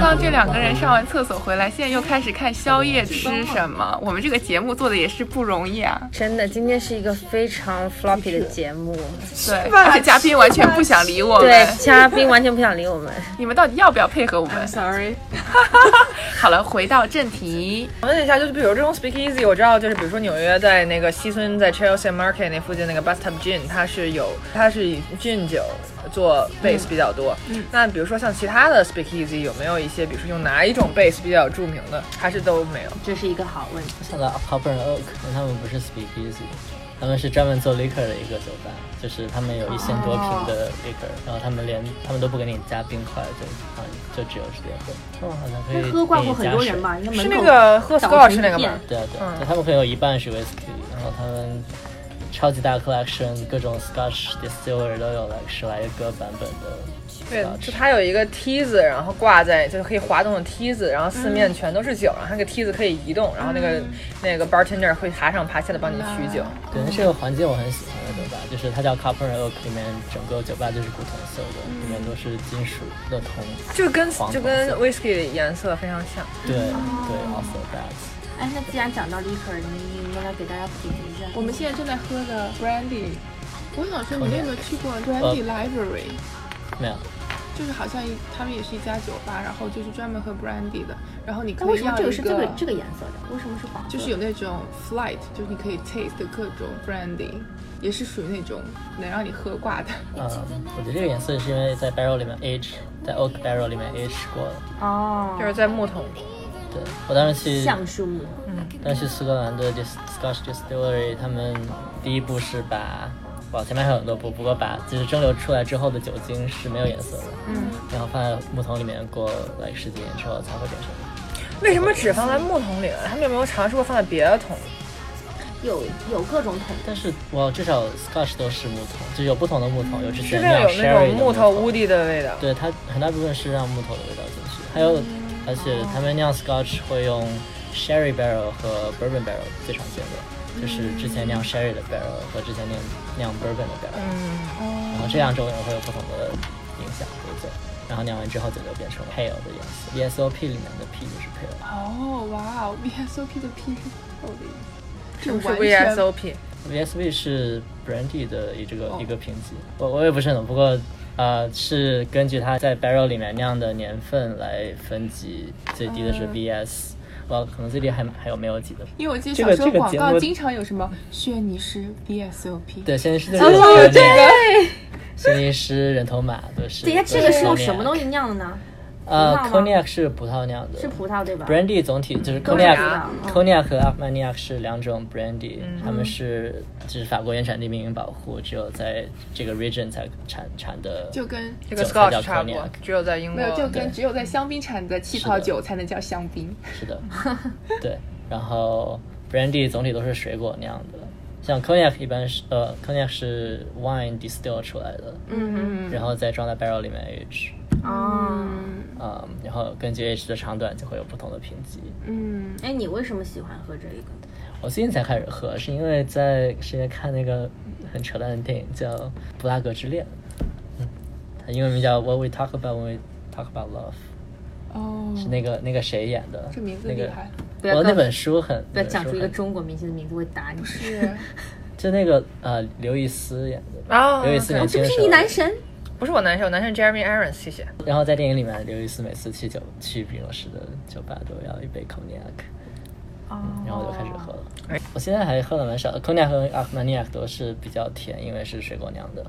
到这两个人上完厕所回来，现在又开始看宵夜吃什么。 我们这个节目做的也是不容易啊，真的，今天是一个非常 floppy 的节目，对，而且嘉宾完全不想理我对们，，嘉宾完全不想理我们。你们到底要不要配合我们？ Sorry， 好了，回到正题，我问一下，就是比如这种 Speak Easy，我知道就是比如说纽约在那个西村在 Chelsea Market 那附近那个 Bathtub Gin，它是有它是以 gin 酒做 base 比较多。那比如说像其他的 Speak Easy 有没有一些，比如说用哪一种 base 比较著名的，还是都没有？这是一个好问题。像在 Copper and Oak，那他们不是 Speak Easy，他们是专门做 liquor 的一个酒吧，就是他们有一千多瓶哦的 liquor，、然后他们连他们都不给你加冰块，就啊就只有直接喝。他们好像可以喝挂过给很你加多水人？吧？应嗯该门是口那个喝长 Scotch 成那个片吗？对啊对啊，对他们可能有一半是 whisky，然后他们超级大 collection，各种 Scotch distiller 都有了十来个版本的。对，就它有一个梯子，然后挂在就是可以滑动的梯子，然后四面全都是酒，然后那个梯子可以移动，然后那个、那个 bartender 会爬上爬下的帮你取酒。可能是个环境我很喜欢的酒吧，嗯就是它叫 Copper and Oak，里面整个酒吧就是古铜色的，里面都是金属的铜。就跟黄就跟黄色 whisky 的颜色非常像，对对，also that。哎，那既然讲到 liquor，你应该给大家普及一下。我们现在正在喝的 brandy。我想说，你们有没有去呃过 brandy library？没有，就是好像一他们也是一家酒吧，然后就是专门喝 brandy 的，然后你那可为以什么要这一个是这个这个颜色的？为什么是黄色？就是有那种 flight，就是你可以 taste 各种 brandy，也是属于那种能让你喝挂的。嗯，我觉得这个颜色是因为在 barrel 里面 age，在 oak barrel 里面 age 过了。哦，就是在木桶。对我当嗯时去，橡树木。当时去苏格兰的 dis- Scotch distillery，他们第一步是把，哇，前面还有很多步，不过把就是蒸馏出来之后的酒精是没有颜色的，嗯，然后放在木桶里面过来十几年之后才会变成。 为什么只放在木桶里呢？他们有没有尝试过放在别的桶？有有各种桶，但是我至少 Scotch 都是木桶，就有不同的木桶，有之是前不是有那 sherry 种的木木头屋地的味道？对，它很大部分是让木头的味道进去，还有，而且他们酿 Scotch 会用 sherry barrel 和 bourbon barrel 最常见的，就是之前酿 sherry 的 barrel 和之前酿酿 bourbon 的 barrel，然后这两种也会有不同的影响对酒，然后酿完之后酒就变成 pale 的颜色，VSOP 里面的 P 就是 pale，VSOP 哦，哇哦，VSOP 的 P 是厚的，这是完全 VSOP，是 brandy 的一这个、哦一个评级，我我也不是很懂，不过。呃，是根据它在 barrel 里面酿的年份来分级，最低的嗯是 VS，哇、可能最低还还有没有几的，因为我记得这小个时候这个广节告目经常有什么轩尼诗 VSOP，对，轩尼诗就是哦，对，轩尼诗人头马都是。等一下，哎这个是用什么东西？西酿的呢？呃葡萄吗，cognac 是葡萄酿的，是葡萄对吧？ brandy 总体就是都是葡 cognac 萄。嗯 cognac 和 armagnac 是两种 brandy，他嗯们是就是法国原产地命名保护，只有在这个 region 才产产的。就跟这个韭菜 Scotch 叫差不多 cognac，只有在英没有就国。跟只有在香槟产的气泡酒才能叫香槟。是的， 对。然后 brandy 总体都是水果酿的，像 cognac 一般是呃 cognac 是 wine distill 出来的，嗯，然后再装在 barrel 里面 age。哦，嗯，然后根据 H 的长短就会有不同的评级。哎，你为什么喜欢喝这个？我最近才开始喝，是因为在之前看那个很扯淡的电影叫《布拉格之恋》，嗯，它英文名叫《What We Talk About When We Talk About Love》，哦，是那个那个谁演的？这名字那厉个害。不要我告那本书很，不那要本讲书出一个很中国明星的名字，我打你。是，就那个呃刘易斯演的，啊，刘易斯对年这轻不的时哦是候，你男神？不是我男生，男生 Jeremy Irons，谢谢。然后在电影里面，刘易斯每次去酒去比利时的酒吧都要一杯 cognac，、嗯、哦然后我就开始喝了。我现在还喝的蛮少的，cognac 和 armagnac 都是比较甜，因为是水果酿的。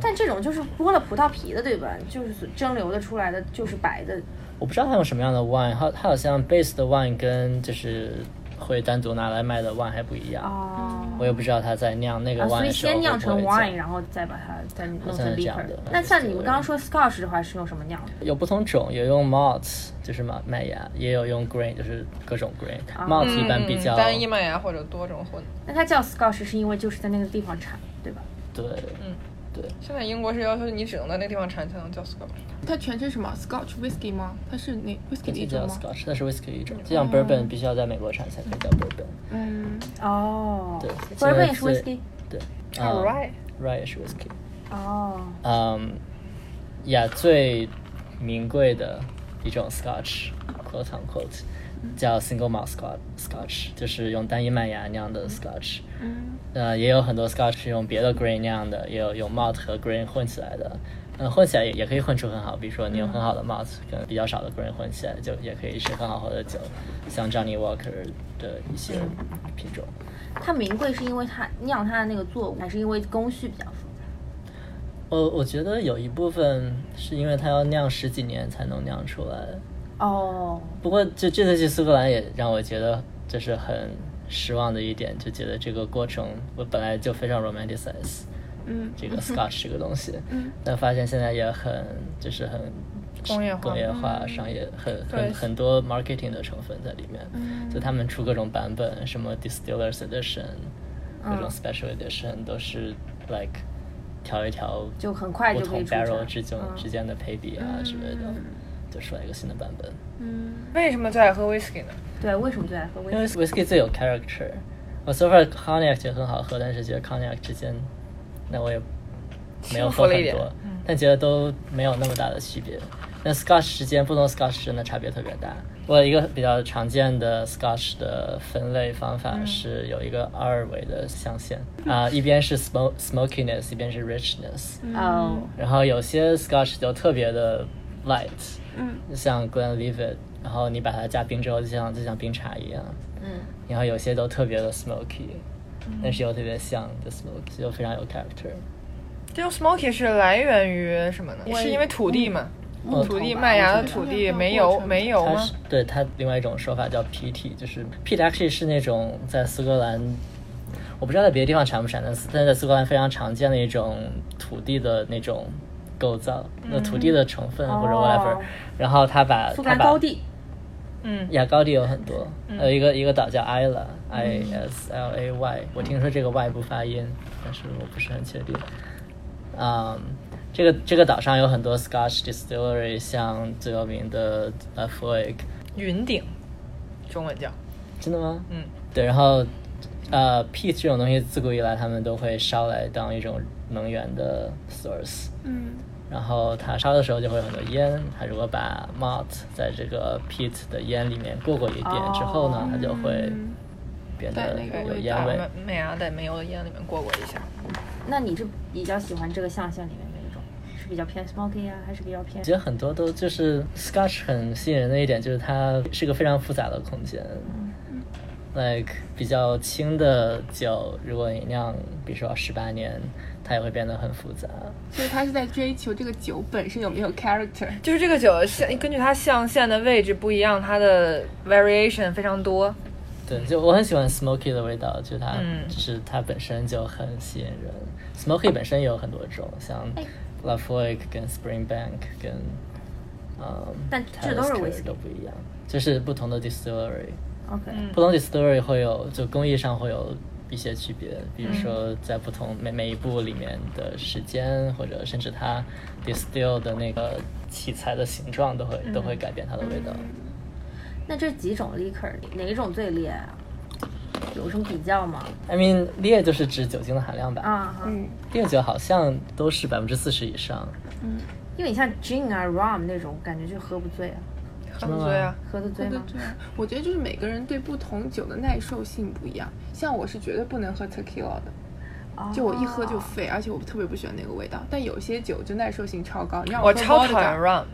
但这种就是剥了葡萄皮的，对吧？就是蒸馏的出来的，就是白的。我不知道它用什么样的 wine，它它好像 base 的 wine 跟就是会单独拿来卖的 wine 还不一样。哦。我也不知道它在酿那个啊， wine 所以的时候先会酿成不会加 wine，然后再把它再弄好像成是这样 liquor 的。那像你们刚刚说 Scotch 的话，是用什么酿的？有不同种，有用 malt 就是麦麦芽，也有用 grain 就是各种 grain。malt 哦一般比较嗯单一麦芽或者多种混。那它叫 Scotch 是因为就是在那个地方产，对吧？对，现在英国是要求你只能在那地方产才能叫 Scotch。它全称什么？Scotch whisky 吗？它是那 whisky 的一这种叫吗？ scotch，但是 whisky 一种，嗯就像 bourbon 必须要在美国产才可以叫 bourbon。嗯，哦对，bourbon 也是现在最 whisky。对 All 嗯 right， ，rye 也是 whisky。哦，嗯，呀，最名贵的一种 Scotch quote on quote，叫 single malt Scotch Scotch，就是用单一麦芽酿的 Scotch。嗯。呃，也有很多 Scotch 是用别的 grain 酿的，也有用 malt 和 grain 混起来的。嗯，混起来也也可以混出很好，比如说你用很好的 malt 跟比较少的 grain 混起来，就也可以是很好喝的酒，像 Johnny Walker 的一些品种。它名贵是因为它酿它的那个作物，还是因为工序比较复杂？我呃我觉得有一部分是因为它要酿十几年才能酿出来。哦，不过这这次去苏格兰也让我觉得就是很失望的一点，就觉得这个过程我本来就非常 romanticize，嗯，这个 Scotch 这个东西，嗯，但发现现在也很就是很工业化工业化、商业很很很多 marketing 的成分在里面，就他们出各种版本，什么 distillers edition，各种 special edition 都是 like 调一调就很快不就可以出同嗯产 barrel 之间之间的配比啊之类的，就出来一个新的版本。为什么最爱喝 whisky 呢？对，为什么最爱喝威因士为忌？ whisky 最有 character。我 so far cognac 也很好喝，但是觉得 cognac 之间，那我也没幸有喝福了很一点多，嗯但觉得都没有那么大的区别。那 scotch 之间不同 scotch 真的差别特别大。我有一个比较常见的 scotch 的分类方法嗯是有一个二维的象限啊、一边是 smoke smokiness，一边是 richness。哦，然后有些 Scotch 就特别的 light，嗯，像 Glenlivet，然后你把它加冰之后，就像就像冰茶一样，嗯，然后有些都特别的 smoky，、但嗯是又特别像 the smoke，就非常有 character。这种 smoky 是来源于什么呢？是因为土地嘛，嗯土地麦芽的土地没油没油它吗是？对它另外一种说法叫 peat，就是 peat actually 是那种在苏格兰，我不知道在别的地方产不产，但是但是在苏格兰非常常见的一种土地的那种构造，那土地的成分或者 whatever，、然后它把嗯哦苏格它兰把高地，雅高地有很多，还有一个一个岛叫 Isla，I S L A Y，我听说这个 Y 不发音，但是我不是很确定。嗯，这个这个岛上有很多 Scotch distillery，像最有名的呃 f l a k 云顶，中文叫。真的吗？嗯，对，然后呃 peat 这种东西自古以来他们都会烧来当一种能源的 source。嗯，然后它烧的时候就会有很多烟，它如果把 malt 在这个 peat 的烟里面过过一遍之后呢，它就会变得带那个有味烟把味。麦麦芽在没油的烟里面过过一下。那你是比较喜欢这个象限里面哪一种？是比较偏 smoky 啊，还是比较偏我觉得很多都就是 Scotch 很吸引人的一点就是它是个非常复杂的空间，like 比较轻的酒，如果你酿，比如说十八年，它也会变得很复杂。所以他是在追求这个酒本身有没有 character。就是这个酒的象，根据它象限的位置不一样，它的 variation 非常多。对，就我很喜欢 smoky 的味道，就它，嗯就是它本身就很吸引人。smoky 本身也有很多种，像 La f o i k 跟 Springbank 跟，嗯，但这都是 Talisker whisky 都不一样，就是不同的 distillery， OK？不同 distillery 会有就工艺上会有一些区别，嗯比如说在不同每每一步里面的时间，或者甚至它 distill 的那个器材的形状都会嗯都会改变它的味道。那这几种 liquor 哪一种最烈啊？有什么比较吗？ I mean，烈就是指酒精的含量吧？啊，哈烈酒好像都是百分之四十以上，因为你像 gin 啊、rum 那种，感觉就喝不醉啊，喝不醉啊，喝得醉对吗？对，我觉得就是每个人对不同酒的耐受性不一样。像我是绝对不能喝 tequila 的，哦就我一喝哦就废，而且我特别不喜欢那个味道。但有些酒就耐受性超高，你让我喝超讨 vodka，厌 rum。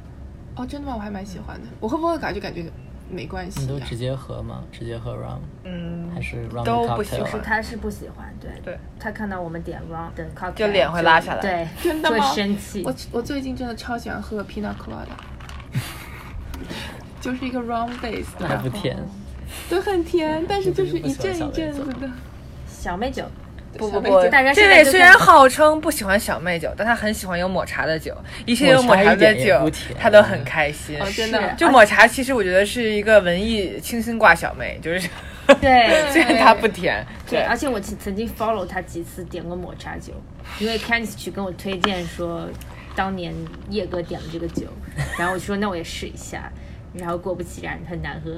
哦，真的吗？我还蛮喜欢的。我喝 vodka 就感觉没关系啊你都呀、直接喝吗？直接喝 rum 嗯，还是 rum 都 cocktail？啊不喜是欢哦他是不喜欢，对对，他看到我们点 rum 等 cocktail 就脸会拉下来对， 真的就吗会生气。我我最近真的超喜欢喝 pina colada，就是一个 rum base 还的，不甜。哦对，很甜，但是就是一阵一不喜欢阵小子梅的。小 妹酒，不不小妹不，姐大家这现在位就虽看然号称不喜欢小妹酒，但他很喜欢有抹茶的酒，一切有抹茶抹茶的一点也酒不甜，啊他都很开心。哦，真的，就抹茶，其实我觉得是一个文艺清新挂小妹，就是 对虽然它不甜，对，而且我曾曾经 follow 他几次点过抹茶酒，因为 Candice 去跟我推荐说，当年叶哥点了这个酒，然后我就说那我也试一下，然后果不其然很难喝。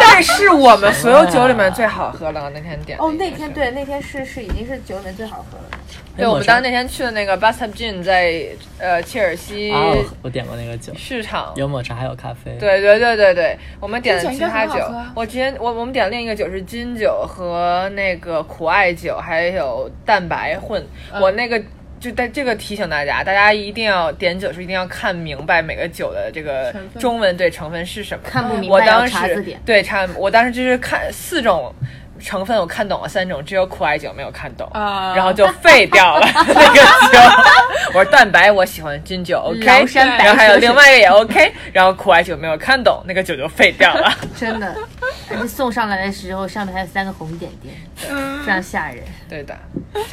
但是我们所有酒里面最好喝了，那天点哎的哦，应该那是天对，那天是是已经是酒里面最好喝的。对，我们当那天去的那个 Bathtub Gin 在呃切尔西啊，哦我我点过那个酒，市场。有抹茶还有咖啡。，对对对对对，我们点了听其起来他应该酒很好喝啊，我之前我我们点了另一个酒是金酒和那个苦艾酒，还有蛋白混。嗯我那个就在这个提醒大家，大家一定要点酒时一定要看明白每个酒的这个成分中文对成分是什么。看不明我白要当时查字典。对查，我当时就是看四种。成分我看懂了三种，只有苦艾酒没有看懂，啊然后就废掉 了那个酒。我说蛋白我喜欢金酒，OK，崂山白然后还有蛇另外一个也 OK，然后苦艾酒没有看懂，那个酒就废掉了。真的， 而且送上来的时候上面还有三个红点点，嗯非常吓人。 对的，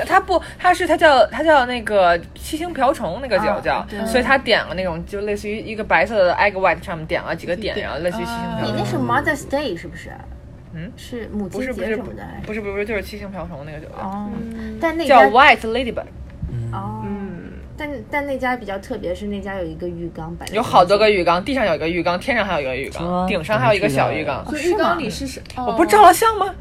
它不，它是它叫它叫那个七星瓢虫那个酒啊叫，对所以它点了那种就类似于一个白色的 egg white 上面点了几个点，点然后类似于七星瓢啊虫。你那是 Mother's Day 是不是？嗯是母不亲是不节是什么的还是？不是不是就是七星瓢虫那个酒叫，哦，但那叫家 white ladybug，哦，嗯，但但那家比较特别，是那家有一个浴缸摆，有好多个。浴缸，地上有一个浴缸，天上还有一个浴是缸，吗顶上还有一个小浴缸我。所以是浴缸吗里是什？我我不是照了相吗？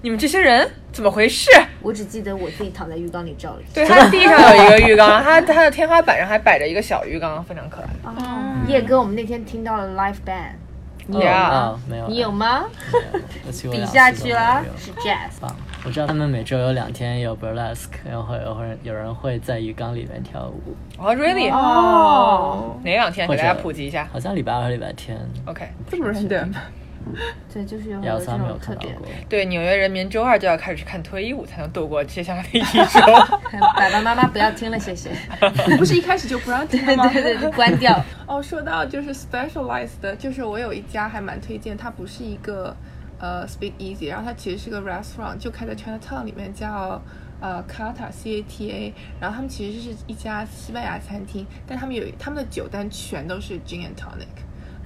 你们这些人怎么回事？我只记得我自己躺在浴缸里照了一对，它地上有一 个浴缸，它它的天花板上还摆着一个小浴缸，非常可爱。哦嗯张。叶哥，我们那天听到了 live band，你有啊啊？没有，你有？吗？我去过比两次下都去没了有，啊是 jazz。棒！我知道他们每周有两天有 burlesque，然后有人有人会在浴缸里面跳舞，哦，really？哦，哪两天给大家普及一下好像礼拜二和礼拜天。 ？OK，这么 random，对，就是哦有很幺多这三没有种看特到别，过，对，纽约人民周二就要开始看脱衣舞，才能度过接 下来的一周。 爸爸妈妈不要听了，谢谢。不是一开始就不让听了对吗？ 对对对，关掉。哦，说到就是 specialized 的，就是我有一家还蛮推荐，它不是一个呃 speak easy，然后它其实是个 restaurant，就开在 Chinatown 里面叫。呃，Cata C A T A，然后他们其实是一家西班牙餐厅，但他们有他们的酒单全都是 gin and tonic，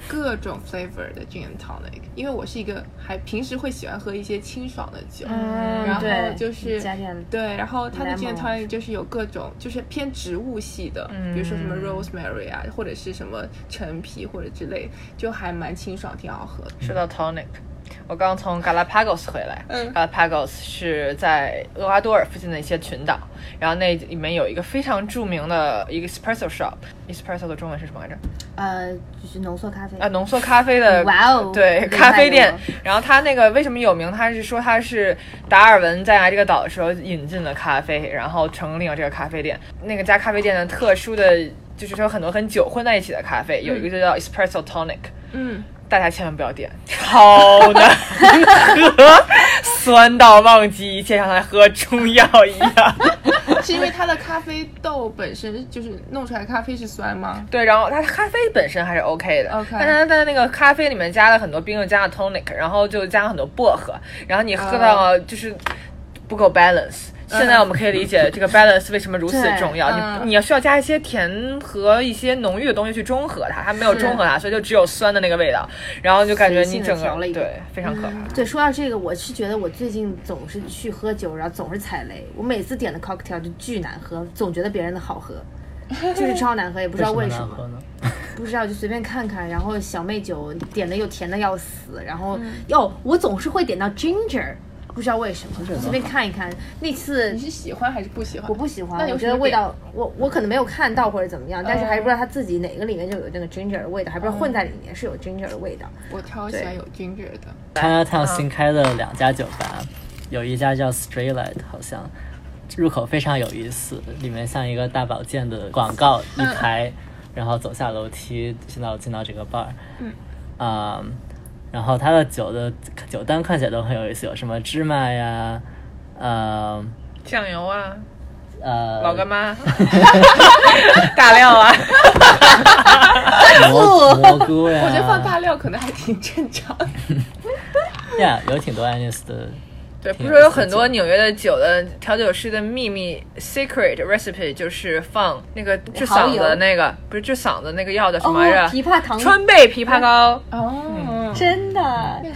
各种 flavor 的 gin and tonic。因为我是一个还平时会喜欢喝一些清爽的酒，嗯然后对就是加点对，然后它的 gin Lemon and tonic 就是有各种就是偏植物系的，比如说什么 rosemary 啊，或者是什么陈皮或者之类，就还蛮清爽，挺好 喝的。说到 tonic，我刚从 Galapagos 回来。嗯 Galapagos 是在厄瓜多尔附近的一些群岛，然后那里面有一个非常著名的一个 espresso shop。espresso 的中文是什么来着？呃，就是浓缩咖啡啊，浓缩咖啡的，哇哦对，厉害咖啡店了。然后它那个为什么有名？它是说它是达尔文在来这个岛的时候引进了咖啡，然后成立了这个咖啡店。那个家咖啡店的特殊的就是说很多跟酒混在一起的咖啡，有嗯一个就叫 espresso tonic。嗯，大家千万不要点，超难喝， 酸到忘记一切，像在喝中药一样。是因为它的咖啡豆本身就是弄出来的咖啡是酸吗？对，然后它咖啡本身还是 OK 的 OK 但它在那个咖啡里面加了很多冰，又加了 tonic，然后就加了很多薄荷，然后你喝哦到就是不够 balance。现在我们可以理解这个 balance 为什么如此嗯对重要，你嗯你要需要加一些甜和一些浓郁的东西去中和它，它没有中和它，所以就只有酸的那个味道，然后就感觉随你性地整个调了一嗯点对非常可怕。对，说到这个，我是觉得我最近总是去喝酒，然后总是踩雷。我每次点的 cocktail 就巨难喝，总觉得别人的好喝，就是超难喝，也不不知道为什难么，喝呢？不知道就随便看看。然后小妹酒点的又甜的要死，然后哟、我总是会点到 ginger，不知道为什么，随便看一看。那次你是喜欢还是不喜欢？我不喜欢那，你我为觉什得么味点哦道，我我可能没有看到或者怎么样，但是还不知道它自己哪个里面就有那个 ginger 的味道，还不知道混在里面是有 ginger 的味道。我超喜欢有 ginger 的。嗯 Chinatown 新开的两家酒吧，有一家叫 Straylight，好像入口非常有意思，里面像一个大保健的广告一嗯排，然后走下楼梯进到进到这个 bar，嗯，啊、然后它的酒的酒单看起来都很有意思，有什么芝麻呀，呃酱油啊，呃，老干 妈，大料啊，蘑蘑菇呀，我觉得放大料可能还挺正常的。哎呀有挺多 Anis 的，对，不是说有很多纽约的酒的调酒师的秘密 secret recipe 就是放那个治嗓子的那个，不是治嗓子那个药叫什么来着？哦，枇杷糖川贝枇杷膏， 嗯哦，真的，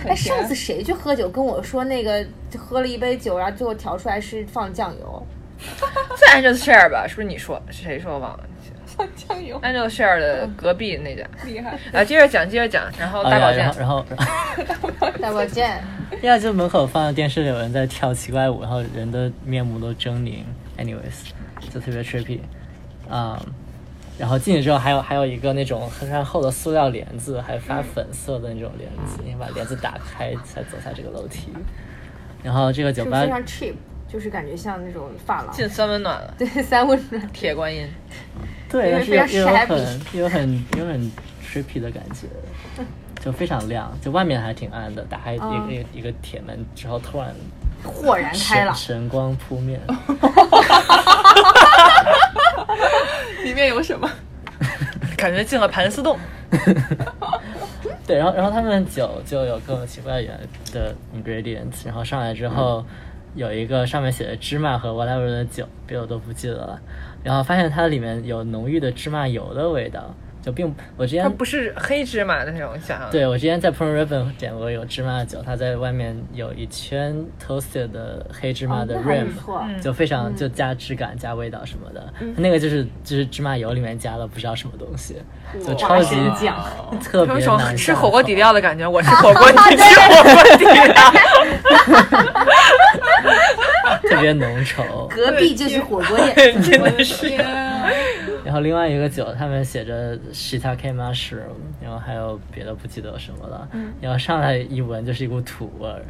很哎，上甜次谁去喝酒跟我说那个就喝了一杯酒，然后最后调出来是放酱油，在 Angels Share 吧？是不是你说？是谁说我忘了？放酱油，嗯 Angel Share 的隔壁那家。厉害。啊，接着讲，接着讲，然后啊大保然健后，然后然后大保健，对啊，就门口放的电视有人在跳奇怪舞，然后人的面目都狰狞。Anyways，就特别 trippy，嗯，然后进去之后还有还有一个那种很厚的塑料帘子，还发粉色的那种帘子，你把帘子打开才走下这个楼梯。然后这个酒是吧非常 cheap，就是感觉像那种发廊， 进三温暖了，对，三温暖。铁观音。对，但是非又常又有 shabby 很又有很又有很 trippy 的感觉，就非常亮，就外面还挺暗的，打开一个、一个一个铁门之后，突然豁然哦开神朗。神光扑面，里面有什么？感觉进了盘丝洞，对，然后然后他们酒就有各种奇怪原的 ingredients，然后上来之后有一个上面写的芝麻和 whatever 的酒，别的我都不记得了，然后发现它里面有浓郁的芝麻油的味道，就并我之它前不是黑芝麻的那种，想象。，对，我之前在 p r o Ribbon 点过有芝麻的酒，它在外面有一圈 toasted 的黑芝麻哦的那还 rim，、不错，嗯就非常就加质感、加味道什么的。那个就是就是芝麻油里面加了不知道什么东西，就超级神啊酱，特有别一种难吃下火锅口底料的感觉。我吃火锅，你吃火锅底料。特别浓 稠。隔壁就是火锅 店，我的天啊！然后另外一个酒，他们写着 shiitake mushroom，然后还有别的不记得有什么了。嗯然后上来一闻就是一股土味儿，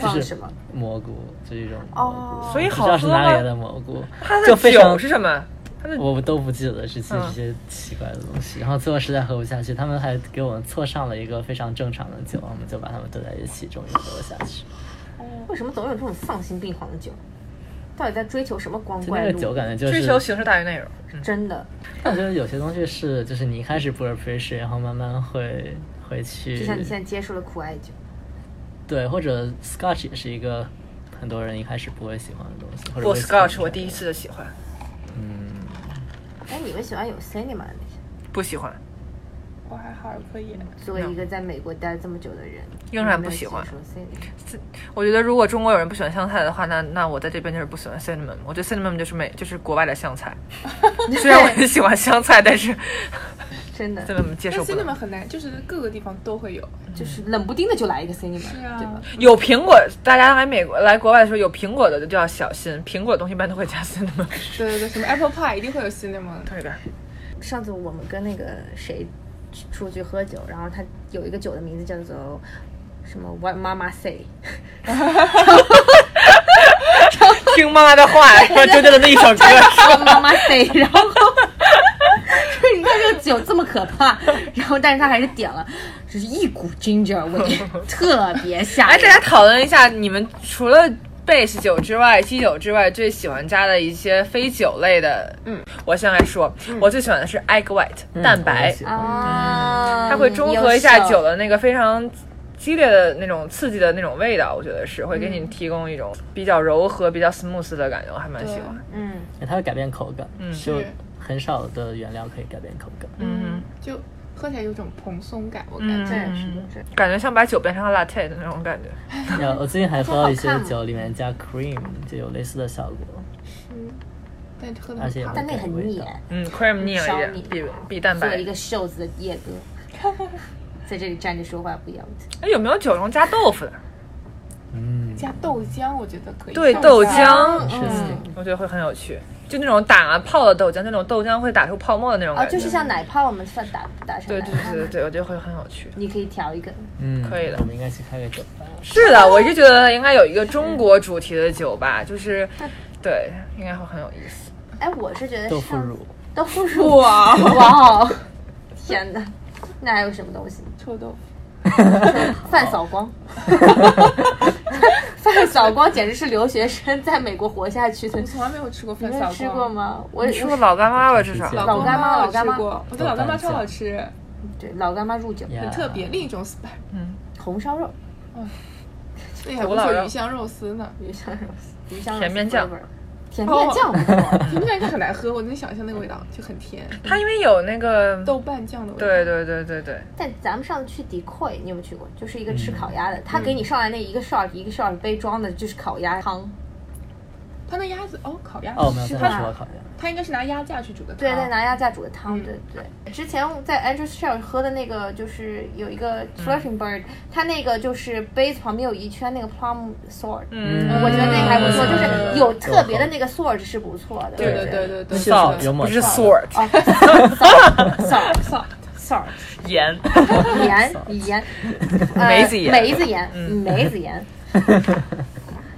放什么？蘑菇，就一种蘑菇，哦所以不好知道是喝哪里吗来的蘑菇，它的就非酒常是什么？它的我都不记得这些嗯这些奇怪的东西，然后最后实在喝不下去，他们还给我们错上了一个非常正常的酒，我们就把它们兑在一起，终于喝了下去。为什么总有这种丧心病狂的酒？到底在追求什么光就那怪个陆酒离？感觉就是追，求形式大于内容。嗯真的，但我觉得有些东西是，就是你一开始不 appreciate，然后慢慢会会就去，像你现在接受了苦艾酒，对，或者 Scotch 也是一个很多人一开始不会喜欢的东西，或者我 whisky Scotch 我第一次的喜欢，嗯，哎，你们喜欢有 cinema 的那些？不喜欢，我还好，可以。作为一个在美国待了这么久的人，嗯仍然不喜欢你有没有接受 cinema 我觉得如果中国有人不喜欢香菜的话，那那我在这边就是不喜欢 cinnamon。我觉得 cinnamon 就是美，就是国外的香菜。 虽然我很喜欢香菜，但 是 真的 cinnamon 接受但不真的了。吗？很难，就是各个地方都会有。嗯就是冷不丁的就来一个对 cinema，啊，有苹果，大家来美国来国外的时候有苹果的就要小心，苹果的东西一般都会加 cinnamon。对对对，什么 apple pie 一定会有 cinema 的。 对的，上次我们跟那个谁去出去喝酒，然后他有一个酒的名字叫做什么 What Mama Say，听妈妈的话，然后周杰伦的一首歌。 What Mama Say，然后 就是你看这个酒这么可怕，然后但是他还是点了，就是一股 ginger 味，特别吓来，哎大人。家讨论一下，你们除了贝斯酒之外、基酒之外，最喜欢加的一些非酒类的。嗯，我先来说，我最喜欢的是 egg white 蛋嗯我也白喜，欢啊，它会中和一下酒的那个非常激烈的那种刺激的那种味道，我觉得是会给你提供一种比较柔和、比较 smooth 的感觉，我还蛮喜欢。嗯，它会改变口感，嗯就是很少的原料可以改变口感。嗯，就喝起来有种蓬松感，我感对，觉。是的，是的。感觉像把酒变成了 latte 的那种感觉。 然后我最近还喝到一些好看吗酒里面加 cream，就有类似的效果，但喝的而且也胖会但那改很味腻道，嗯，cream 腻了一点，比比蛋作为白一。个瘦子的野哥， 在这里站着说话不腰 疼。哎，有没有酒中加豆腐的？嗯，加豆浆，我觉得可以。对，豆豆浆。是的。我觉得会很有趣，就那种打泡的豆浆，那种豆浆会打出泡沫的那种哦，感觉。就是像奶泡，我们算打打成对奶对泡对对吗，对，我觉得会很有趣。你可以调一个。嗯，可以的我们应该去开个酒吧。是的，我是觉得应该有一个中国主题的酒吧，就是对，应该会很有意思。哎，我是觉得豆腐上乳，豆腐乳，哇 哇哦，天哪！那还有什么东西？臭豆腐。范扫 光，范扫光简直是留学生在美国活下去的。我从来没有吃过你粉们扫吃过？吗？我你吃过嗯老干妈吧？至少是老的干妈老我干妈嗯吃过，我觉得老干妈超好吃，对老干妈入酒，很很特别，另一种 spice。红烧肉、对，还不土老错，肉鱼香肉丝呢。鱼香肉丝、鱼香肉丝甜面酱 flavor、甜面 酱不错，甜面酱很难喝，我能想象那个味道，就很甜。它因为有那个，豆瓣酱的味道。对。对对对对，但咱们上次去 Decoy，你有没有去过？就是一个吃烤鸭的，他给你上来那一个 shot 一个 shot 杯装的就是烤鸭汤，它那鸭子哦，烤鸭子哦，没有，是三它明治我烤鸭。它应该是拿鸭架去煮的汤。对对，拿鸭架煮的汤，对对。之前在 Andrew Shell 喝的那个就是有一个 Floating Bird，它那个就是杯子旁边有一圈那个 plum sword，嗯我觉得那个还不错，嗯就是有特别的那个 sword 是不错的。对对对对对，臊有抹不嗯是茶的 sword 哦，salt salt salt 盐， salt 盐盐，呃梅子盐梅子盐，梅子盐。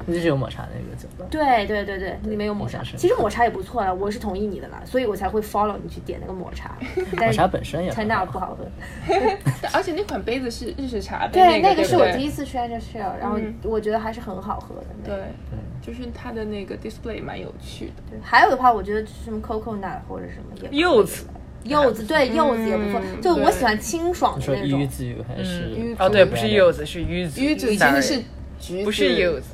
那就是有抹茶那个酒吧。对对对对，里面有抹茶抹茶是，其实抹茶也不错啦，啊我是同意你的啦，所以我才会 follow 你去点那个抹 茶，但抹是茶本身也很 turn out 好不好喝。对而且那款杯子是日式茶杯，对，那那个是对我不对第一次去 a n d r e s h i l 然后嗯我觉得还是很好喝的。对，就是它的那个 display 蛮有趣的。对，还有的话，我觉得什么 cocoa nut 或者什么也柚子，柚子，对，柚子也不错。就我嗯对喜欢清爽你的说那鱼种。子还是嗯？哦对，不是柚子，是柚子，鱼子 Sorry 真的是橘子，不是柚子，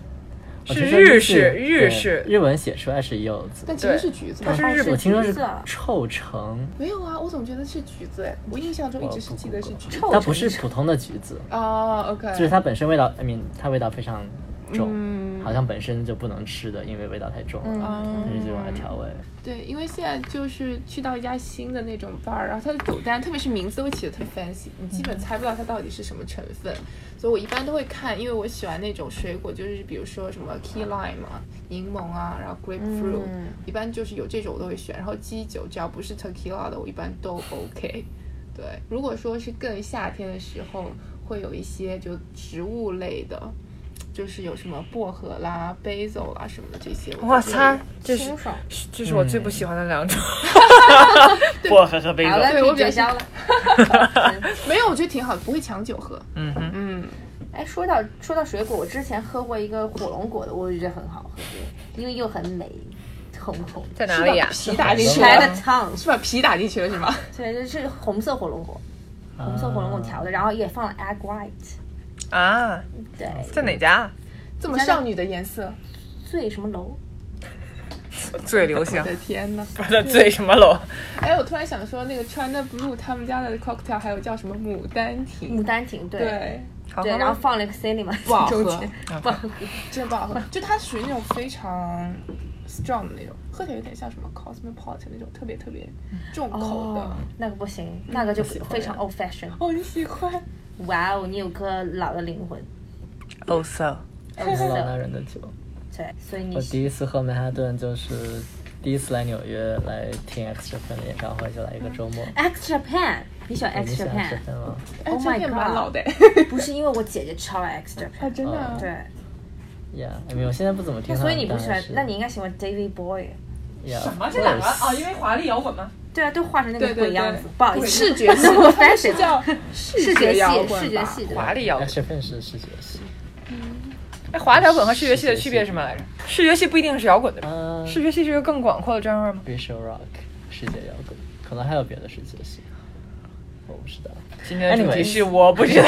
我是听说日柚式子日对式日文写出来是柚子，但其实是橘子吧它？是日我本听说是橘色臭橙，没有啊，我总觉得是橘子哎，我印象中一直是记得是橘子。它不是普通的橘子，哦，OK、o k 就是它本身味道，I mean，它味道非常重，嗯好像本身就不能吃的，因为味道太重了，嗯哦但是就用来调味。对，因为现在就是去到一家新的那种 bar，然后它的酒单，特别是名字都会起的特别 fancy，你基嗯本猜不到它到底是什么成分，所以我一般都会看，因为我喜欢那种水果，就是比如说什么 key lime 啊、柠檬啊，然后 grapefruit，、一嗯般就是有这种我都会选。然后基酒只要不是 tequila 的，我一般都 OK。对，如果说是更夏天的时候，会有一些就植物类的。就是有什么薄荷啦、basil 啦什么的这些，我哇就擦会，这是清爽这是我最不喜欢的两种，薄荷和杯好了，对我可比较以绝交了。 没有，我觉得挺好的，不会抢酒喝。嗯哼，嗯，哎，说到说到水果，我之前喝过一个火龙果的，我就觉得很好喝，因为又很美，红红的。 在哪里呀？啊皮打进去是吧啊了，来了 town，是把皮打进去了是 吗？对，就是红色火龙果，啊红色火龙果调的，然后也放了 egg white，啊，对，在哪家？这么少女的颜 色，醉什么楼？最流行我， 的天呐！不是最什么楼？哎，我突然想说，那个 China Blue 他们家的 cocktail 还有叫什么牡丹牡亭？丹亭，对对，好对，喝吗然后放了一个 cinema，不好中喝间，不好喝， 真的不好喝。就它属于那种非常 strong 的那种，喝起来有点像什么 cosmopolitan 那种特别特别重口的哦。，那个不行，嗯那个就非常 old fashion。哦，你喜欢？哇哦，你有颗老的灵魂，哦 so， old 老男 soul，人的酒。对，所以你我第一次喝曼哈顿就是第一次来纽约来听 X Japan 的演唱会，就来一个周末。 X Japan，你喜欢你 X 喜欢 Japan？ Japan 吗？哎， Oh 这 my 片蛮 god 老的。不是因为我姐姐超爱 X Japan，啊， 真的啊？对， Yeah，没有，我现在不怎么听那他们。所以你不喜但欢是，那你应该喜欢 David Bowie。 Yeah，什么 of 这两个 course 哦，因为华丽摇滚吗？对啊，都画成那对个对鬼样子对，不好意思，视觉系那么它是 fashion，叫视视觉摇系，滚视觉吧系，对华丽摇滚 X。Japan 是视觉系。哎，华丽摇滚和视觉系的区别是什么来着？视觉系不一定是摇滚的吧，嗯视觉系是一个更广阔的专业吗？ Visual Rock 世界摇滚，可能还有别的世界系，我不知道。今天的主题 Anyways 是我不知道。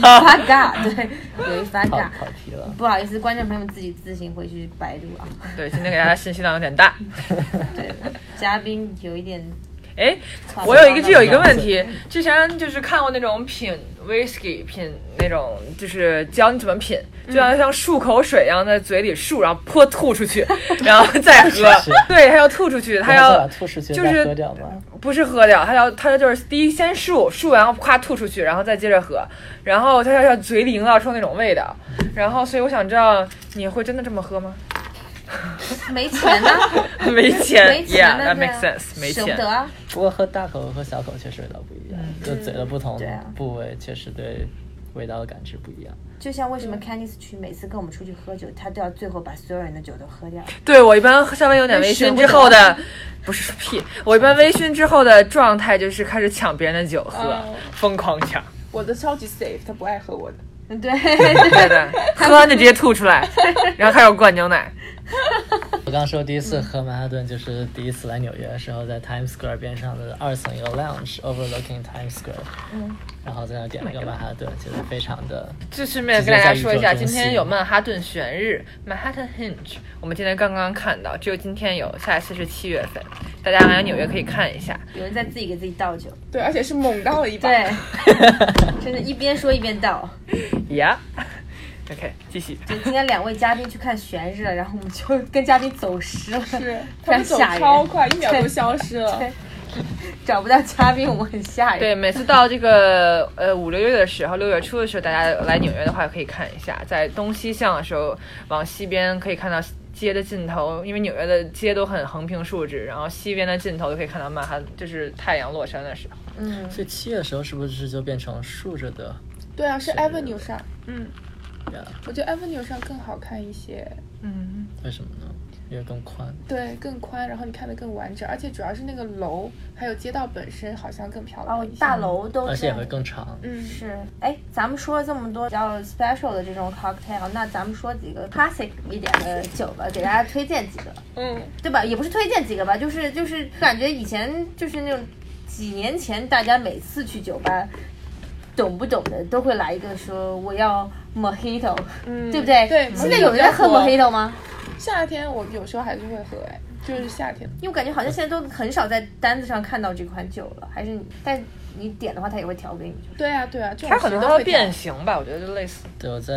发嘎，对，有一发跑嘎。跑题了。不好意思，观众朋友们自己自行回去百度啊。对，今天给大家信息量有点大。对，嘉宾有一点哎，我有一个，这有一个问题，之前就是看过那种品 whisky 品那种，就是教你怎么品，就像像漱口水一样在嘴里漱，然后泼吐出去， 然后再 喝。对，他要吐出去，他再要把吐出去就再是喝掉吗？不是喝掉，他要他就是第一先漱漱完，然后夸吐出去，然后再接着喝，然后他要要嘴里营造出那种味道，然后所以我想知道你会真的这么喝吗？没钱呢， 没 钱没 y e a 钱 h 呢 that 对 makes 啊 sense，没舍不钱。得啊。不过喝大口和小口确实味道不一样，嗯就嘴的不同对啊部位确实对味道的感知不一样。就像为什么 Candice 去每次跟我们出去喝酒，他都要最后把所有人的酒都喝掉。对我一般稍微有点微醺之后的，不是屁，我一般微醺之后的状态就是开始抢别人的酒喝，哦疯狂抢，我的超级 safe，他不爱喝我的。嗯，对， 对对，喝完就直接吐出 来，然后开始灌牛奶。我刚说第一嗯次喝曼哈顿就是第一次来纽约的时候，在 Times Square 边上的二层有个 lounge overlooking Times Square，嗯然后在那点了，Oh 个曼哈顿，就是非常的就顺便跟大家说一下，今天有曼哈顿旋日 （Manhattan Hinge），我们今天刚刚看到，只有今天有，下一次是七月份，大家来纽约可以看一下。有人在自己给自己 倒酒。对，而且是猛倒了一把。对，真的，一边说一边倒。呀、 OK，继续。就今天两位嘉宾去看悬日了，然后我们就跟嘉宾走失了，是， 非他常们走吓人。超快，一秒钟消失了。找不到嘉宾，我很吓人。对，每次到这个呃五六月的时候，六月初的时候，大家来纽约的话可以看一下，在东西向的时候，往西边可以看到街的尽头，因为纽约的街都很横平竖直，然后西边的尽头就可以看到曼哈，就是太阳落山的时候。所以七月的时候是不是就变成竖着的？对啊，是是 Avenue 上，嗯，呀，我觉得 Avenue 上更好看一些，嗯，为什么呢？因为更宽。对，更宽，然后你看得更完整，而且主要是那个楼还有街道本身好像更漂亮哦一，些。大楼都而且也在会更长。嗯，是，哎，咱们说了这么多比较 special 的这种 cocktail，那咱们说几个 classic 一点的酒吧，给大家推荐几个，嗯，对吧？也不是推荐几个吧，就是就是感觉以前就是那种几年前大家每次去酒吧，懂不懂的都会来一个说我要 mojito，、嗯对不对？对现在有人在喝 mojito 比 mojito 吗？夏天我有时候还是会喝，哎，就是夏天。因为我感觉好像现在都很少在单子上看到这款酒了，还是你但你点的话，他也会调给你，就是对啊，对啊，这种它可谁能都都会会变形吧，我觉得就类似对，我在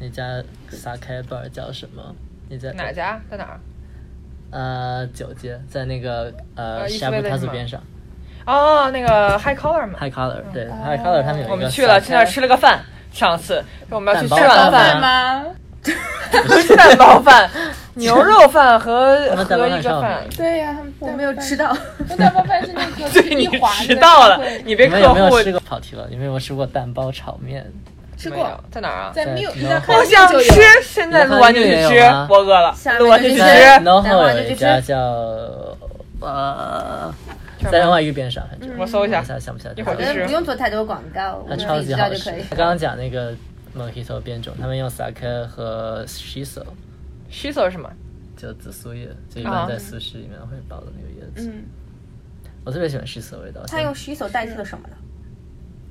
那家 sake bar 叫什么？你在哪？家在哪儿？呃，九街，在那个呃呃 s 伊 h 斯 a b 威 u 廉 Plaza 吗边上哦，那个 High Collar 嘛， ，High Color，对，High Color 他们有嗯一个哦我们去了，去那儿 sake- 吃了个饭。上 次说我们要去吃蛋包晚饭，饭吗？不是蛋包 饭，牛肉饭和我们蛋和包一饭上个了饭没。对呀、他们我没有吃到。那蛋包饭是那个 对一你划迟到了，你别你们有客没有户吃过跑题了？你们有没有吃过蛋包炒面？吃没过有，在哪儿啊？在在 Miu 平在遥看我想吃，现在录完就去吃有吗，我饿了下，面录完就去就吃是。在蛋 NoHo 包就有去一吃家叫呃，在另外一个边上，反正嗯我搜一下一，下想不起来。一会儿就我觉是得不用做太多广告，我它们自超己级知道好就吃可以。。刚刚讲那个 mojito 变种，他们用 sake 和 shiso， shiso 是什么？就紫苏叶，就一啊般在素食里面会包的那个叶子。嗯，我特别喜欢 shiso 的味道，它像用 shiso 代替了什么呢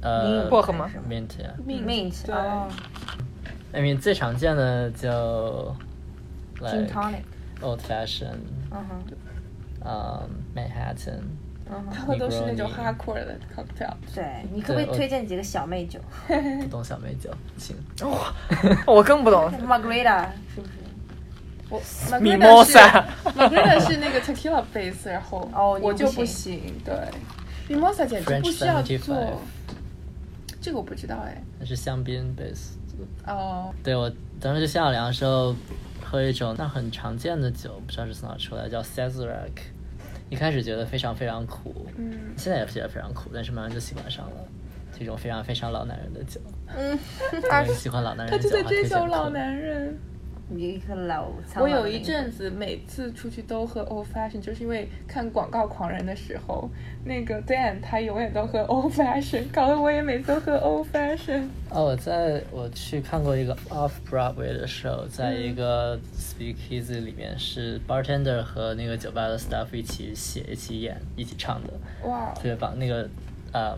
呃薄荷吗？ mint 呀。 ？mint 对哦 I mean 最常见的就 gin 哎 like tonic， old fashioned，嗯哼，嗯，Manhattan，嗯哼，他喝都是那种 Negroni hardcore 的 cocktail。对，你可不可以对我推荐几个小妹酒不懂小美酒，请。我更不懂。 ？Margarita 是不是？我 Mimosa Margarita 是那个 tequila base，然后哦你我就不不行，对，Mimosa 简直 French 不需要75做，这个我不知道哎，那是香槟 base。哦，对我当时去夏凉的时候，喝一种那很常见的酒，不知道是从哪出来，叫 Sazerac。一开始觉得非常非常苦，嗯，现在也觉得非常苦，但是慢慢就喜欢上了。这种非常非常老男人的酒， 嗯，喜欢老男他人的就酒在的话，推追荐求老可以男人。你一个老苍老我的有一那个阵子每次出去都喝 old fashion，就是因为看《广告狂人》的时候，那个 Dan 他永远都喝 old fashion，搞得我也每次都喝 old fashion。哦，我在我去看过一个 Off Broadway 的 show，在一个 Speakeasy 里面是 bartender 和那个酒吧的 staff 一起写、一起演、一起唱的，哇哦特，别棒。那个呃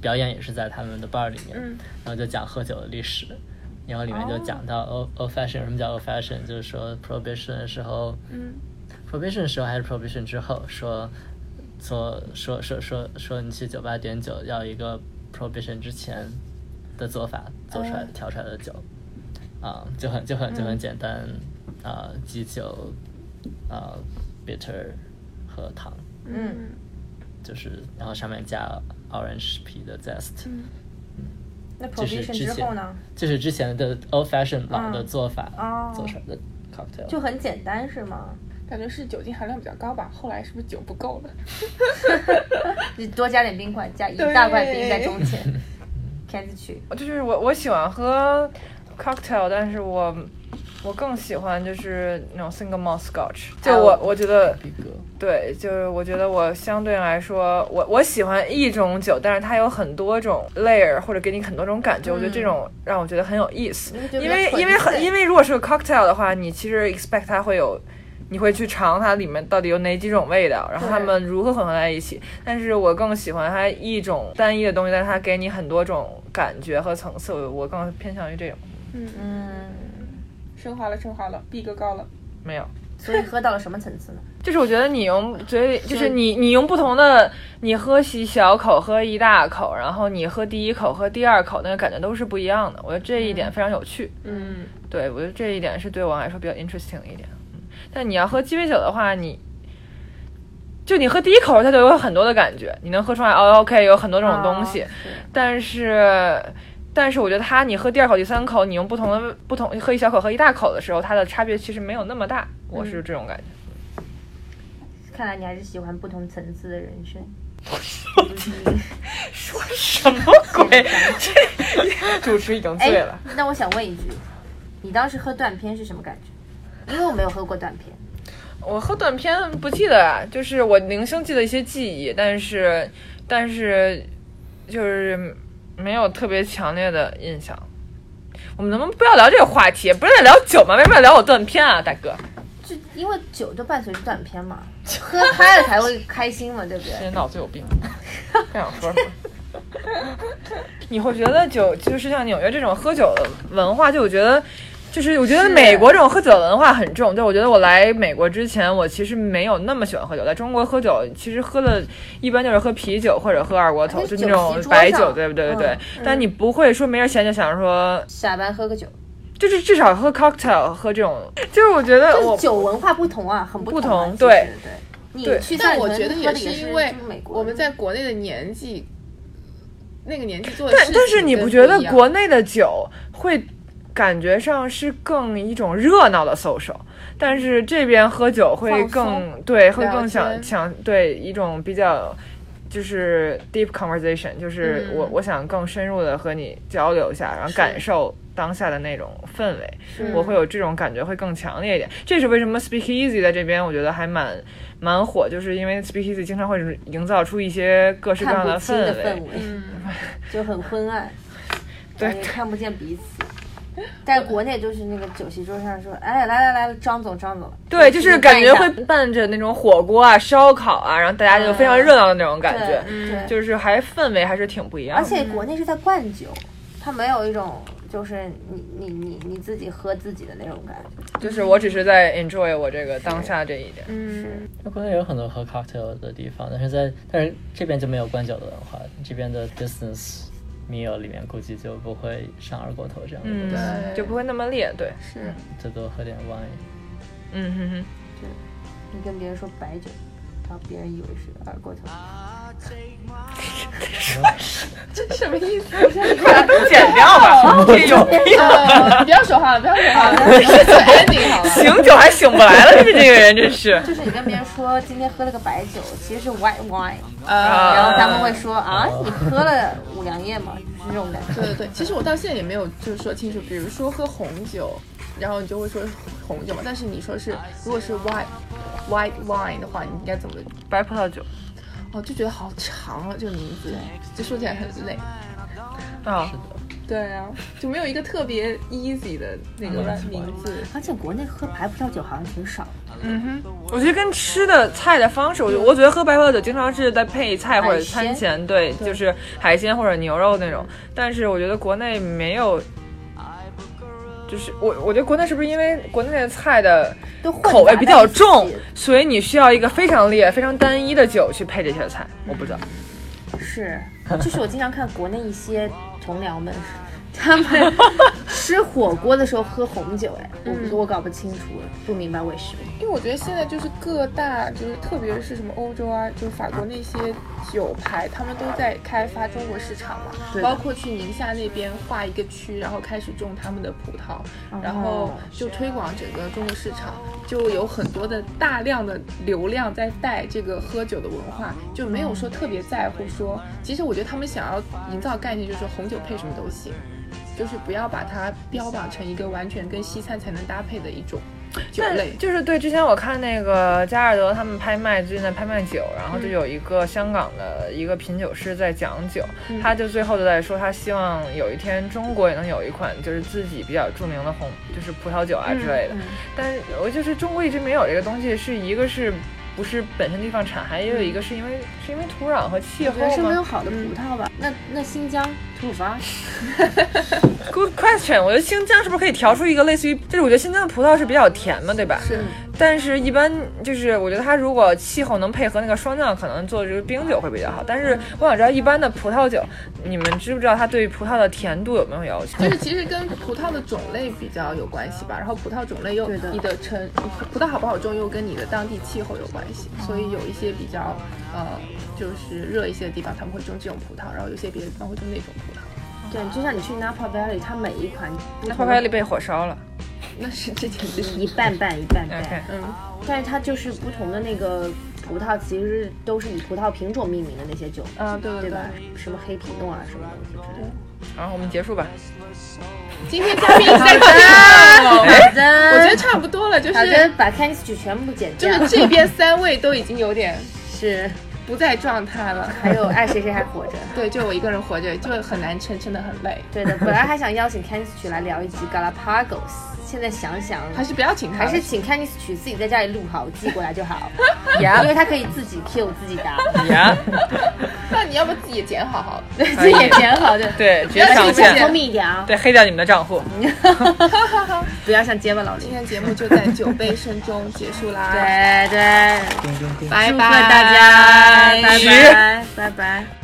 表演也是在他们的 bar 里面，嗯哦然后就讲喝酒的历史，然后里面就讲到 old old fashion 什么叫 old fashion，就是说 prohibition 的时候，嗯 prohibition 的时候还是 prohibition 之后说说说说说说你去酒吧点酒要一个 prohibition 之前的做法做哦出来的调出来的酒，啊、就很就很就嗯很简单，啊、基酒，啊、bitter 和糖，嗯，就是然后上面加 orange 皮的 zest，、嗯那就是之 prohibition 前之后呢，就是之前的 old fashion 老的做法、哦做出来的 cocktail，就很简单是吗？感觉是酒精含量比较高吧？后来是不是酒不够了？你多加点冰块，加一对大块冰在中间， 开始去。就是我我喜欢喝 cocktail，但是我我更喜欢就是那种 single malt scotch。就我我觉得逼格。对，就是我觉得我相对来说，我我喜欢一种酒，但是它有很多种 layer，或者给你很多种感觉。我觉得这种让我觉得很有意思，嗯就比因较为纯因为很粹因为如果是个 cocktail 的话，你其实 expect 它会有。你会去尝它里面到底有哪几种味道，然后它们如何混合在一起。但是我更喜欢它一种单一的东西，但是它给你很多种感觉和层次。我我更偏向于这种，嗯，嗯，升华了，升华了，逼格高了。没有所以喝到了什么层次 呢？就是我觉得你用嘴里，就是你你用不同的，你喝一小口，喝一大口，然后你喝第一口，喝第二口，那个感觉都是不一样的。我觉得这一点非常有趣。嗯，对，我觉得这一点是对我来说比较 interesting 一点。嗯，但你要喝鸡尾酒的话，你就你喝第一口，它就有很多的感觉，你能喝出来哦，OK，有很多这种东西。啊但是，但是我觉得它，你喝第二口、第三口，你用不同的不同喝一小口、喝一大口的时候，它的差别其实没有那么大。我是这种感觉。看来你还是喜欢不同层次的人生。什么鬼？ 这主持已经哎醉了。，那我想问一句，你当时喝断片是什么感觉？因为我没有喝过断片。我喝短片不记得啊，就是我零星记得一些记忆，但是但是就是没有特别强烈的印象。我们能不能不要聊这个话题？不是在聊酒吗？为什么要聊我断片啊，大哥？就因为酒都伴随着断片嘛，喝嗨了才会开心嘛，对不这对？人脑子有 病，不想说 什么。你会觉得酒就是像纽约这种喝酒的文化，就我觉得，就是我觉得美国这种喝酒的文化很重。就我觉得我来美国之前，我其实没有那么喜欢喝酒，在中国喝酒其实喝的一般就是喝啤哎酒或者喝二锅头，就那种酒席桌上白酒，对不对？对不对。但你不会说没事闲就想说，下班喝个酒，就是至少喝 cocktail 喝这种，就是我觉得就我是酒文化不同啊，很不同啊、同其实对对。你对去但散我城觉得喝也的也是是因为就是美国我们在国内的年纪，那个年纪做的但事但是情你跟不觉得一样国内的酒会感觉上是更一种热闹的 social，但是这边喝酒会放松更对，会聊更想天想对一种比较就是 deep conversation，就是我、我想更深入的和你交流一下，然后感受当下的那种氛围，我会有这种感觉会更强烈一点。这是为什么 Speak Easy 在这边我觉得还蛮蛮火，就是因为 Speak Easy 经常会营造出一些各式各样看不的清氛的围。嗯氛围， 就很昏暗，对也看不见彼此。在国内就是那个酒席桌上说，哎，来来来，张总张总，对，就是干感一觉下会伴着那种火锅啊、烧烤啊，然后大家就非常热闹的那种感觉，嗯嗯对嗯对，就是还氛围还是挺不一样而的。且国内是在灌酒，它没有一种就是你你你你自己喝自己的那种感觉。就是我只是在 enjoy 我这个当下这一点。嗯那国内有很多喝 cocktail 的地方，但是在但是这边就没有灌酒的文化，这边的 distance meal 里面估计就不会上二锅头这样的东西，嗯，就不会那么烈，对，嗯最多喝点 wine。嗯哼 哼。你跟别人说白酒，然后别人以为是二锅头。啊剪掉 吧，这有病， 呃不要说话了，不要说话了，做 ending 好了。醒酒还醒不来了，就是这个人，真 是。 就是你跟别人说今天喝了个白酒，其实是 white wine，呃，然后他们会说啊，你喝了五粮液吗？就是这种感觉。对对对，其实我到现在也没有就是说清楚，比如说喝红酒，然后你就会说红酒嘛，但是你说是如果是 white white wine 的话，你应该怎么？白葡萄酒哦，就觉得好长啊，这个名 字，就说起来很累。啊，对啊，嗯就没有一个特别 easy 的那个名字。而且国内喝白葡萄酒好像挺少的，我觉得跟吃的菜的方式，我觉我觉得喝白葡萄酒经常是在配菜或者嗯海鲜嗯餐前，对，就是海鲜或者牛肉那种。但是我觉得国内没有，就是我我觉得国内是不是因为国内的菜的都混杂口味比较重在一起，所以你需要一个非常烈、非常单一的酒去配这些菜？我不知道，是，就是我经常看国内一些同僚们，他们吃火锅的时候喝红酒，哎，我我搞不清楚，不明白为什么。因为我觉得现在就是各大，就是特别是什么欧洲啊，就是法国那些酒牌，他们都在开发中国市场嘛，对的包括去宁夏那边划一个区，然后开始种他们的葡萄，然哦后就推广整个中国市场，就有很多的大量的流量在带这个喝酒的文化，就没有说特别在乎说，其实我觉得他们想要营造概念就是红酒配什么都行。就是不要把它标榜成一个完全跟西餐才能搭配的一种酒但类。就是对，之前我看那个加尔德他们拍卖最近在拍卖酒，然嗯后就有一个香港的一个品酒师在讲酒，嗯他就最后就在说，他希望有一天中国也能有一款就是自己比较著名的红，就是葡萄酒啊嗯之类的。但是我就是中国一直没有这个东西，是一个是不是本身地方产，还有一个是因为、是因为土壤和气嗯我觉得候是没有吗好的葡萄吧？那那新疆、吐鲁番， ？Good question，我觉得新疆是不是可以调出一个类似于，就是我觉得新疆的葡萄是比较甜嘛，对吧？是，但是，一般就是我觉得它如果气候能配合那个霜降，可能做这个冰酒会比较好。但是我想知道，一般的葡萄酒，你们知不知道它对葡萄的甜度有没有要求？就是其实跟葡萄的种类比较有关系吧，然后葡萄种类又对的你的成葡萄好不好种又跟你的当地气候有关系，嗯所以有一些比较呃就是热一些的地方他们会种这种葡萄，然后有些别的地方会种那种葡萄，对，就像你去 Napa Valley，它每一款不那同花的开里被火烧了。那是之前的事。嗯一半半一半半 OK，但是它就是不同的那个葡萄，其实都是以葡萄品种命名的那些酒，嗯啊，对对对对，吧？什么黑皮诺啊，什么东西之类的。然后我们结束吧。今天嘉宾一下就到了，好的，哎我觉得差不多了，就好的是，把 c a n s 曲全部剪就掉。是这边三位都已经有点是，不在状态了，还有爱谁谁还活着。对，就我一个人活着就很难撑，真的很累，对的，本来还想邀请 c a n s 曲来聊一集 Galapagos，现在想想还是不要请他还了，是请 c a n s 曲自己在家里录好，寄过来就 好，因为他可以自己 Q 自己答，呀，那你要不自己剪好好了。这也挺好的。对，直接但是上你讲线聪，明一点啊，对，黑掉你们的账户。不要像结巴老林今。天节目就在酒杯声中结束啦，对对，叮叮叮。拜祝拜，贺大家，拜十拜，拜拜。